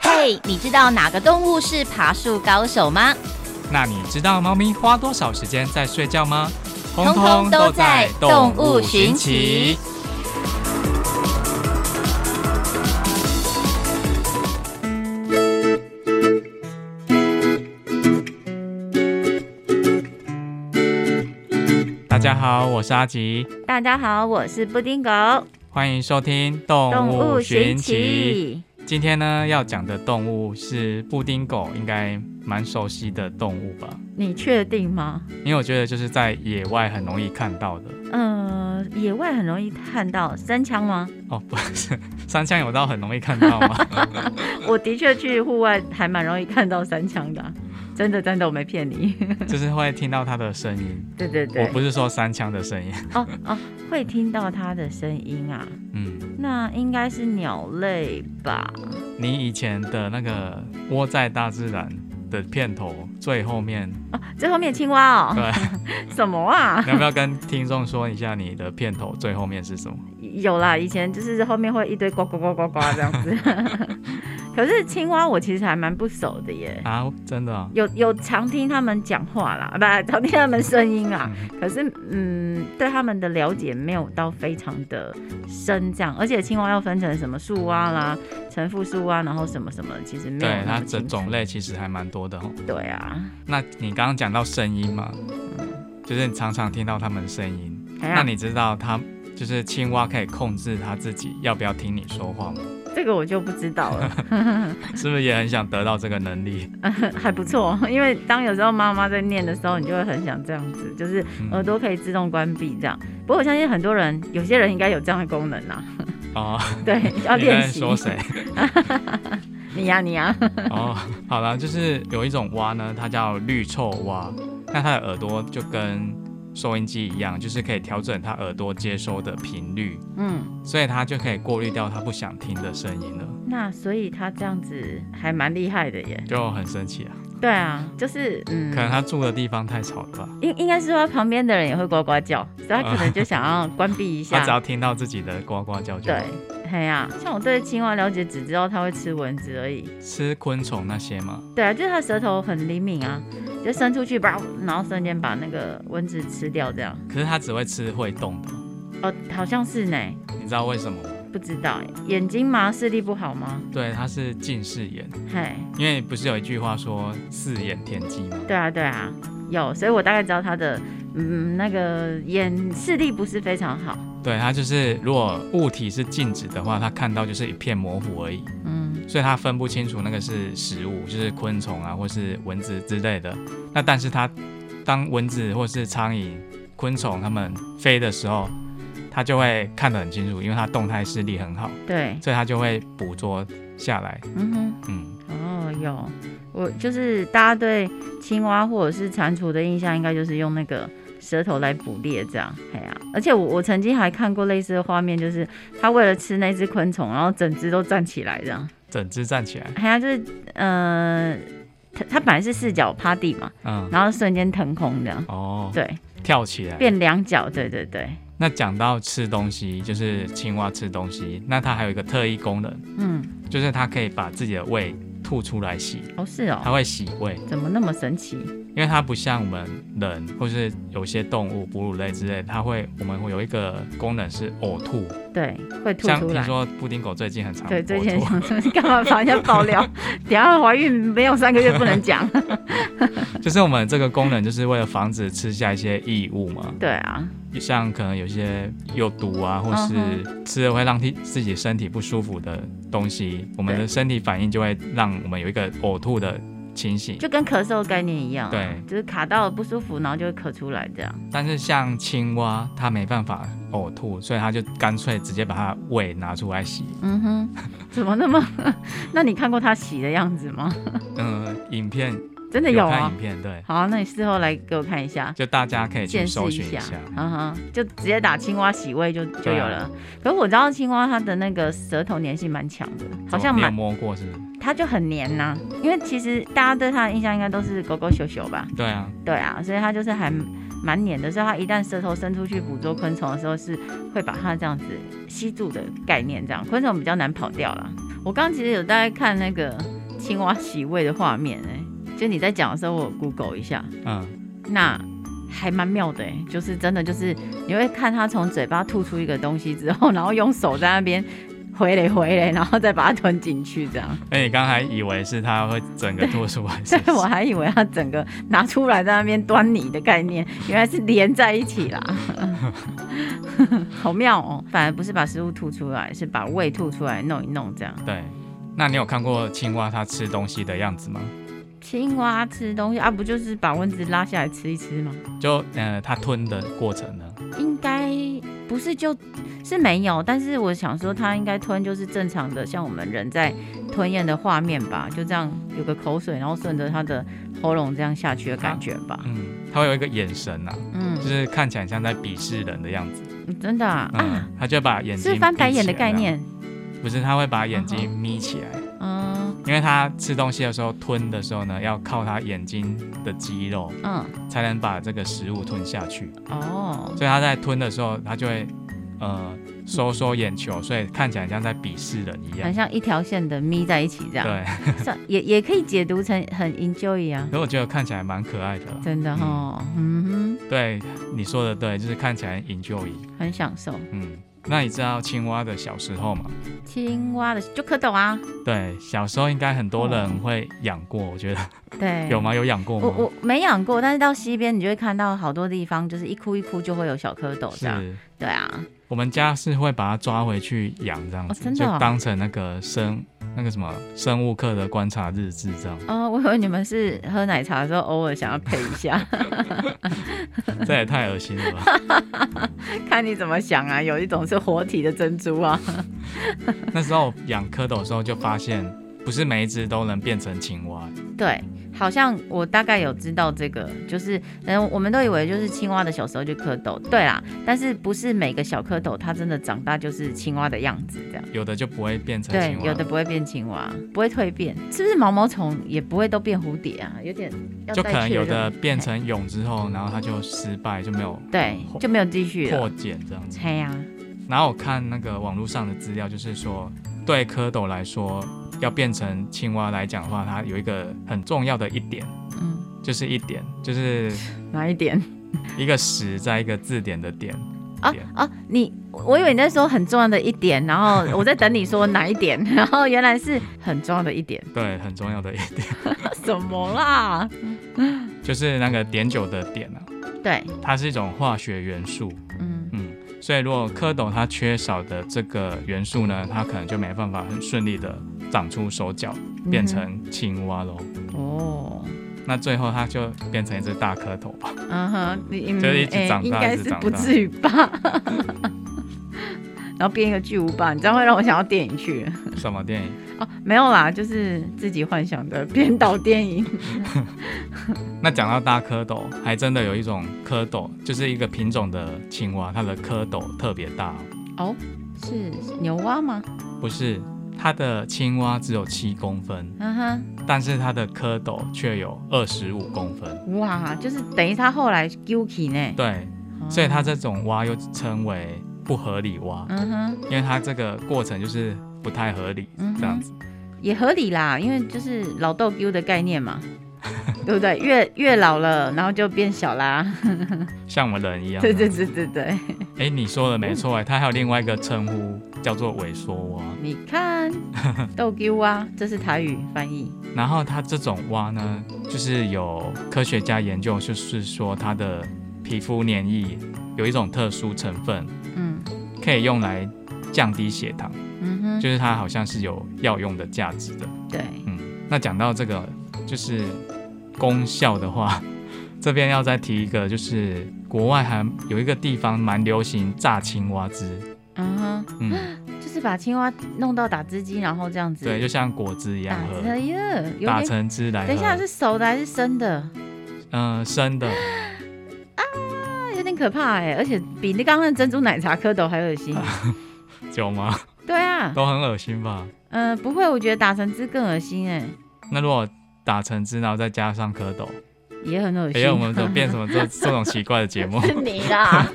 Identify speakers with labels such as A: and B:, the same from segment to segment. A: 嘿，你知道哪个动物是爬树高手吗？
B: 那你知道猫咪花多少时间在睡觉吗？
A: 通通都在动物寻奇。
B: 大家好，我是阿吉，
A: 大家好，我是布丁狗，
B: 欢迎收听《动物寻奇》。。今天呢，要讲的动物是布丁狗，应该蛮熟悉的动物吧？
A: 你确定吗？
B: 因为我觉得就是在野外很容易看到的。
A: 呃，野外很容易看到三枪吗？
B: 哦，不是， 三枪有道很容易看到吗？
A: 我的确去户外还蛮容易看到三枪的啊、真的真的，我没骗你。
B: 就是会听到它的声音。
A: 对对
B: 我
A: 对，
B: 不是说三枪 的声音，
A: 哦哦，会听到它的声音啊，
B: 嗯，
A: 那应该是鸟类吧？
B: 你以前的那个窝在大自然的片头最 后面，
A: 哦，最后面青蛙哦，
B: 对，
A: 什么啊？
B: 你要不要跟听众说一下你的片头最后面是什么？
A: 有啦，以前就是后面会一堆呱呱呱呱呱这样 子。可是青蛙我其实还蛮不熟的耶，
B: 啊，真的、啊，
A: 有有常听他们讲话啦， 不常听他们声音啊。可是嗯，对他们的了解没有到非常的深这样，而且青蛙要分成什么树蛙啦、橙腹树蛙，然后什么什么，其实没有
B: 对，
A: 那么
B: 它的
A: 清楚
B: 种类其实还蛮多的哦。
A: 对啊，
B: 那你刚刚讲到声音嘛，就是你常常听到它们的声音，
A: 哎呀
B: 那你知道它就是青蛙可以控制它自己要不要听你说话吗？
A: 这个我就不知道了，
B: 是不是也很想得到这个能力？
A: 还不错， 因为当有时候妈妈在念的时候，你就会很想这样子，就是
B: 嗯
A: 耳朵可以自动关闭这样。不过我相信很多人，有些人应该有这样的功能啊，
B: 哦，
A: 对， 要
B: 你在
A: 练习。
B: 说谁？
A: 你呀、你呀、
B: 哦，好了，就是有一种蛙呢，它叫绿臭蛙，那它的耳朵就跟收音机一样，就是可以调整它耳朵接收的频率，
A: 嗯，
B: 所以它就可以过滤掉它不想听的声音了，
A: 那所以他这样子还蛮厉害的耶。
B: 就很生气啊。
A: 对啊，就是嗯
B: 可，能它住的地方太吵了吧，
A: 应应该是说旁边的人也会呱呱叫，所以他可能就想要关闭一
B: 它
A: 下。
B: 只要听到自己的呱呱叫就
A: 对，嘿呀、像我对青蛙了解，只知道它会吃蚊子而已。
B: 吃昆虫那些嘛。
A: 对啊，就是它舌头很灵敏啊，就伸出去吧，然后瞬间把那个蚊子吃掉这样。
B: 可是它只会吃会动的，
A: 哦，好像是呢，
B: 你知道为什么吗？
A: 不知道耶眼睛嘛，视力不好吗？
B: 对，它是近视眼，
A: 嘿，
B: 因为不是有一句话说四眼田鸡吗？
A: 对啊，对啊，有，所以我大概知道它的，嗯，那个眼视力不是非常好，
B: 对，它就是如果物体是静止的话，它看到就是一片模糊而已，
A: 嗯，
B: 所以它分不清楚那个是食物，就是昆虫啊，或是蚊子之类的。那但是它当蚊子或是苍蝇、昆虫它们飞的时候，它就会看得很清楚，因为它动态视力很好，
A: 对，
B: 所以它就会捕捉下来。
A: 嗯哼。
B: 嗯，
A: 哦，有，我就是大家对青蛙或者是蟾蜍的印象，应该就是用那个舌头来捕猎这样。哎呀、而且我我曾经还看过类似的画面，就是它为了吃那只昆虫，然后整只都站起来这样。
B: 整只站起来。
A: 还有就是，呃，它它本来是四脚趴地嘛，
B: 嗯，
A: 然后瞬间腾空这样，
B: 哦，
A: 对，
B: 跳起来。
A: 变两脚，对对对，
B: 那讲到吃东西，就是青蛙吃东西，那它还有一个特异功能，
A: 嗯，
B: 就是它可以把自己的胃吐出来洗。
A: 哦是
B: 它
A: 哦，
B: 会洗胃，
A: 怎么那么神奇？
B: 因为它不像我们人或是有些动物、哺乳类之类，它会我们会有一个功能是呕吐，
A: 对，会吐
B: 像
A: 出
B: 听
A: 来。
B: 说啊布丁狗最近很常
A: 对，
B: 呕
A: 最近
B: 吐，
A: 想说 你干嘛把人家爆料？等一下怀孕没有三个月不能 讲。
B: 就是我们这个功能就是为了防止吃下一些异物嘛，
A: 对啊，
B: 像可能有些有毒啊，或
A: 嗯
B: 是吃了会让自自己身体不舒服的东西，我们
A: 对
B: 的身体反应就会让我们有一个呕吐的情形。
A: 就跟咳嗽的概念一样、啊，
B: 对，
A: 就是卡到了不舒服，然后就会咳出来这样。
B: 但是像青蛙，它没办法呕吐，所以它就干脆直接把它胃拿出来洗。
A: 嗯哼，怎么那么？ 那你看过他洗的样子吗？
B: 嗯，影片
A: 真的有
B: 看
A: 啊
B: 影。片，对，
A: 好，那你事后来给我看一下，
B: 就大家可以去
A: 见识
B: 搜
A: 一
B: 寻一
A: 下
B: 下。。
A: 嗯哼，就直接打青蛙洗胃就就
B: 对啊
A: 有了。可是我知道青蛙它的那个舌头粘性蛮强的，好像
B: 你哦有
A: 蛮
B: 摸过是不是？
A: 它就很黏呐、因为其实大家对它的印象应该都是狗狗咻咻吧？
B: 对啊，
A: 对啊，所以它就是还蛮黏的，所以它一旦舌头伸出去捕捉昆虫的时候，是会把它这样子吸住的概念，这样昆虫比较难跑掉啦。我刚刚其实有大概看那个青蛙洗胃的画面、哎，就你在讲的时候，我有 Google 一下，
B: 嗯，
A: 那还蛮妙的、哎，就是真的就是你会看它从嘴巴吐出一个东西之后，然后用手在那边回嘞回嘞，然后再把它吞进去， 这样。
B: 而且哎刚才以为是它会整个吐出 来，
A: 所
B: 是
A: 以
B: 不
A: 我
B: 是
A: 还以为它整个拿出来在那边端泥的概念，原来是连在一起啦， 好妙哦！反而不是把食物吐出来，是把胃吐出来弄一弄这样。
B: 对。那你有看过青蛙它吃东西的样子吗？
A: 青蛙吃东西啊，不就是把蚊子拉下来吃一吃吗？
B: 就呃，它吞的过程呢？
A: 应该不是就是没有，但是我想说它应该吞就是正常的，像我们人在吞咽的画面吧，就这样有个口水，然后顺着它的喉咙这样下去的感觉吧。
B: 嗯，它会有一个眼神啊，
A: 嗯
B: 就，是看起来像在鄙视人的样子。
A: 真的啊，啊
B: 嗯，它就把眼睛
A: 是翻白
B: 闭
A: 眼的
B: 起来
A: 概
B: 这样，
A: 念。
B: 不是，它会把眼睛眯起来，
A: 嗯
B: 因为它吃东西的时候吞的时候呢，要靠它眼睛的肌肉
A: 嗯，
B: 才能把这个食物吞下去。
A: 哦，
B: 所以他在吞的时候，他就会呃收缩眼球，所以看起来像在鄙视人一样
A: 很。像一条线的眯在一起这样，
B: 对，
A: 算也也可以解读成很 enjoy 啊，
B: 可我觉得看起来蛮可爱的啦。
A: 真的哦，嗯
B: 对，你说的对，就是看起来 enjoy。
A: 哼，很享受。
B: 嗯，那你知道青蛙的小时候吗？
A: 青蛙的就蝌蚪啊，
B: 对，小时候应该很多人会养过，我觉得
A: 对，
B: 有吗？有养过
A: 嗯我
B: 吗？
A: 我没养过，但是到西边你就会看到好多地方，就是一哭一哭就会有小蝌蚪这样。
B: 是，
A: 对啊，
B: 我们家是会把它抓回去养这样
A: 哦
B: 子，
A: 真的哦
B: 就当成那个生那个什么生物课的观察日志这样。
A: 哦，我以为你们是喝奶茶的时候偶尔想要陪一下，
B: 这也太恶心了吧！
A: 看你怎么想啊。有一种是活体的珍珠啊，
B: 那时候养蝌蚪的时候就发现，不是每一只都能变成青蛙。
A: 对。好像我大概有知道这个，就是嗯，我们都以为就是青蛙的小时候就蝌蚪，对啦，但是不是每个小蝌蚪它真的长大就是青蛙的样子这样？
B: 有的就不会变成
A: 对
B: 青，蛙，
A: 有的不会变青蛙，不会蜕变，是不是毛毛虫也不会都变蝴蝶啊？有点要
B: 就可
A: 带
B: 能
A: 确
B: 有
A: 认
B: 的变成蛹之后，然后它就失败，就没有
A: 对
B: 破
A: 就没有继续了
B: 嗯破。茧这样子。
A: 嘿呀、
B: 然后我看那个网络上的资料，就是说对蝌蚪来说，要变成青蛙来讲的话，它有一个很重要的一点，
A: 嗯，
B: 就是一点，就是
A: 哪一点？
B: 一个十在一个字典的点。
A: 啊
B: 点
A: 啊！你我以为你在说很重要的一点，然 后我在等你说哪一点，然后原来是很重要的一点，
B: 对，很重要的一点，
A: 什么啦？
B: 就是那个碘酒的碘啊，
A: 对，
B: 它是一种化学元素。
A: 嗯
B: 嗯，所以如果蝌蚪它缺少的这个元素呢，它可能就没办法很顺利的长出手脚，变成青蛙喽。
A: 嗯哼哦，
B: 那最后它就变成一只大蝌 蚪吧。
A: 嗯哼，你嗯
B: 就是一直
A: 哎
B: 长大
A: 应该
B: 一直
A: 是
B: 长
A: 不
B: 大
A: 至于吧？ 然后编一个巨无霸，你这样会让我想到电影去了
B: 什么电影？
A: 哦，没有啦，就是自己幻想的编导电影。
B: 那讲到大蝌蚪，还真的有一种蝌蚪，就是一个品种的青蛙，它的蝌蚪特别大
A: 哦，
B: 哦、
A: 是牛蛙吗？
B: 不是它的青蛙只有七公分，
A: 嗯哼，
B: 但是它的蝌蚪却有二十五公分。
A: 哇，就是等于他后来 Guki 呢，
B: 对，
A: 哦
B: 所以它这种蛙又称为不合理蛙。
A: 嗯哼。
B: 因为它这个过程就是不太合理
A: 嗯哼
B: 这样子。
A: 也合理啦，因为就是老豆丢的概念 嘛，对不对？越越老了，然后就变小啦。
B: 像我们人一样。
A: 对对。对对对，
B: 哎、你说的没错哎，它还有另外一个称呼叫做萎缩蛙。
A: 你看豆丢啊，这是台语翻译。
B: 然后它这种蛙呢，就是有科学家研究，就是说它的皮肤黏液有一种特殊成分，
A: 嗯
B: 可以用来降低血糖，
A: 嗯哼，
B: 就是它好像是有药用的价值的。
A: 对，
B: 嗯，那讲到这个就是功效的话， 这边要再提一个，就是国外还有一个地方蛮流行榨青蛙汁，
A: 嗯哼，
B: 嗯，
A: 就是把青蛙弄到打汁机，然后这样子
B: 对，就像果汁一样
A: 打
B: 喝，
A: 汁，哎呀，有
B: 打
A: 点。
B: 成汁来喝。
A: 等一下是熟的还是生的？
B: 嗯、生的，
A: 啊，有点可怕哎、而且比那刚刚的珍珠奶茶蝌蚪还恶 心。
B: 酒吗？
A: 对啊，
B: 都很恶心吧？
A: 嗯、不会，我觉得打成汁更恶心哎、
B: 那如果打成汁，然后再加上蝌蚪，
A: 也很恶
B: 哎
A: 心。
B: 呀，我们怎么变什么 这这种奇怪的节目？
A: 是你啦。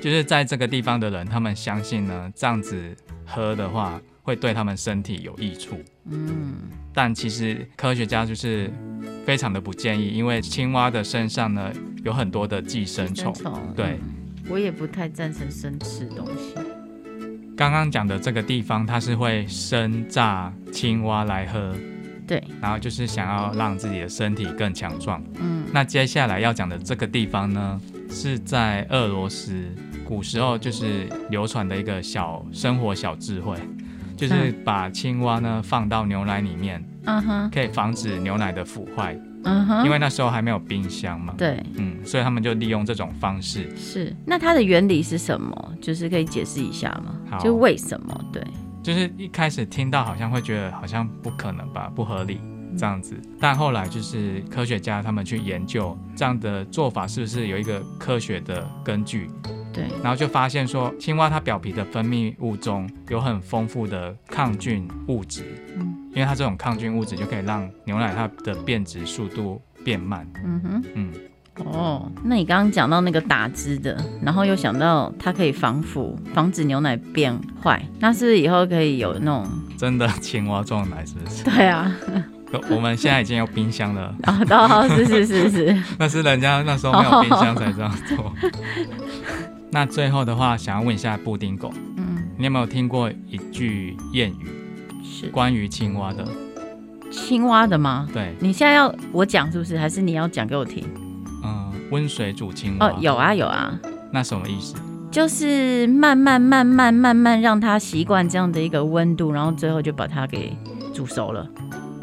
B: 就是在这个地方的人，他们相信呢，这样子喝的话会对他们身体有益处。
A: 嗯，
B: 但其实科学家就是非常的不建议，因为青蛙的身上呢有很多的寄生
A: 寄生
B: 虫。
A: 虫，
B: 对
A: 嗯我也不太赞成生吃东西。
B: 刚刚讲的这个地方，它是会生榨青蛙来喝，
A: 对，
B: 然后就是想要让自己的身体更强壮。
A: 嗯
B: 那接下来要讲的这个地方呢，是在俄罗斯古时候就是流传的一个小生活小智慧，就是把青蛙呢放到牛奶里面，
A: 嗯哼，
B: 可以防止牛奶的腐坏，
A: 嗯哼，
B: 因为那时候还没有冰箱嘛。
A: 对
B: 嗯，所以他们就利用这种方式。
A: 是。那它的原理是什么？就是可以解释一下吗？
B: 好
A: 就为什么？对，
B: 就是一开始听到好像会觉得好像不可能吧，不合理这样子，但后来就是科学家他们去研究这样的做法是不是有一个科学的根据，
A: 对，
B: 然后就发现说青蛙它表皮的分泌物中有很丰富的抗菌物质，
A: 嗯
B: 因为它这种抗菌物质就可以让牛奶它的变质速度变慢，
A: 嗯哼。
B: 嗯，
A: 哦，那你刚刚讲到那个打汁的，然后又想到它可以防腐，防止牛奶变坏，那是不是以后可以有那种？
B: 真的青蛙撞奶是不 是？
A: 对啊，
B: 可我们现在已经有冰箱了，
A: 然后到哦是是是是，
B: 那是人家那时候没有冰箱才这样 做。那最后的话，想要问一下布丁狗，
A: 嗯，
B: 你有没有听过一句谚语
A: 是
B: 关于青蛙的？
A: 青蛙的吗？
B: 对，
A: 你现在要我讲是不是？还是你要讲给我听？
B: 嗯、温水煮青蛙。
A: 哦，有。啊有啊，
B: 那什么意思？
A: 就是慢慢慢慢慢慢让它习惯这样的一个温度，然后最后就把它给煮熟了。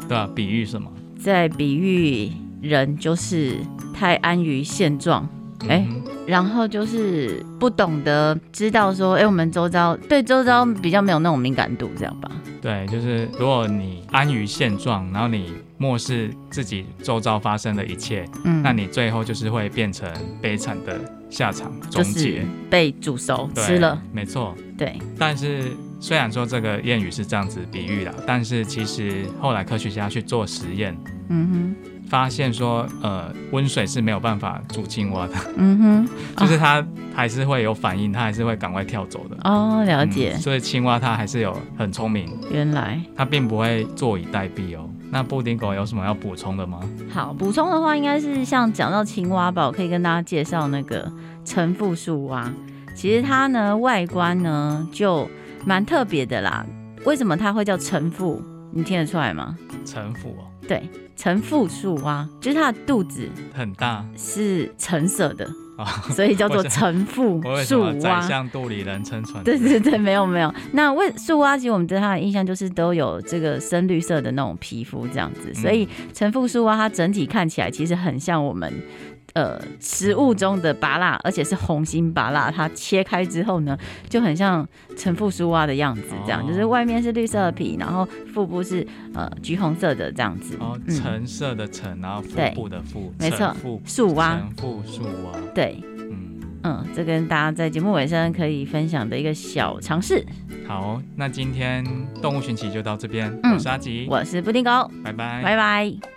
B: 对啊，比喻什么？
A: 再比喻人就是太安于现状，哎
B: 嗯哼
A: 然后就是不懂得知道说，哎，我们周遭对周遭比较没有那种敏感度，这样吧？
B: 对，就是如果你安于现状，然后你漠视自己周遭发生的一切，
A: 嗯
B: 那你最后就是会变成悲惨的下场
A: 就
B: 终
A: 是
B: 结。
A: 被煮熟
B: 对
A: 吃了，，
B: 没错。
A: 对，
B: 但是虽然说这个谚语是这样子比喻啦，但是其实后来科学家去做实验，
A: 嗯
B: 发现说，呃，温水是没有办法煮青蛙的，
A: 哼，嗯哼，
B: 就是它还是会有反应，它还是会赶快跳走的。
A: 哦，了解
B: 嗯，所以青蛙它还是有很聪明，
A: 原来。
B: 它并不会坐以待毙哦。那布丁狗有什么要补充的吗？
A: 好，补充的话应该是像讲到青蛙吧，我可以跟大家介绍那个橙腹树蛙。其实它呢外观呢就蛮特别的啦。为什么它会叫橙腹？你听得出来吗？
B: 城府哦，
A: 对，橙腹树蛙就是它的肚子
B: 很大
A: 是橙色的，
B: 啊，
A: 所以叫做
B: 我想
A: 橙腹
B: 我为什
A: 树
B: 么宰
A: 蛙。
B: 相肚里人撑船？
A: 对对对，没有没有。那为树蛙，其实我们对它的印象就是都有这个深绿色的那种皮肤这样子，所以
B: 嗯
A: 橙腹树蛙它整体看起来其实很像我们。呃，食物中的拔蜡，而且是红心拔蜡，它切开之后呢，就很像橙腹树蛙的样子，这样、
B: 哦
A: 就是外面是绿色的皮，然后腹部是呃橘红色的这样子。
B: 哦，橙色的橙，然后腹
A: 嗯对
B: 部的腹，
A: 没错
B: 城腹
A: 树蛙，
B: 城腹树蛙，
A: 对，
B: 嗯。
A: 嗯，这跟大家在节目尾声可以分享的一个小尝试。
B: 好，那今天动物寻奇就到这边，
A: 嗯
B: 我是阿吉，
A: 我是布丁狗，
B: 拜拜，
A: 拜拜。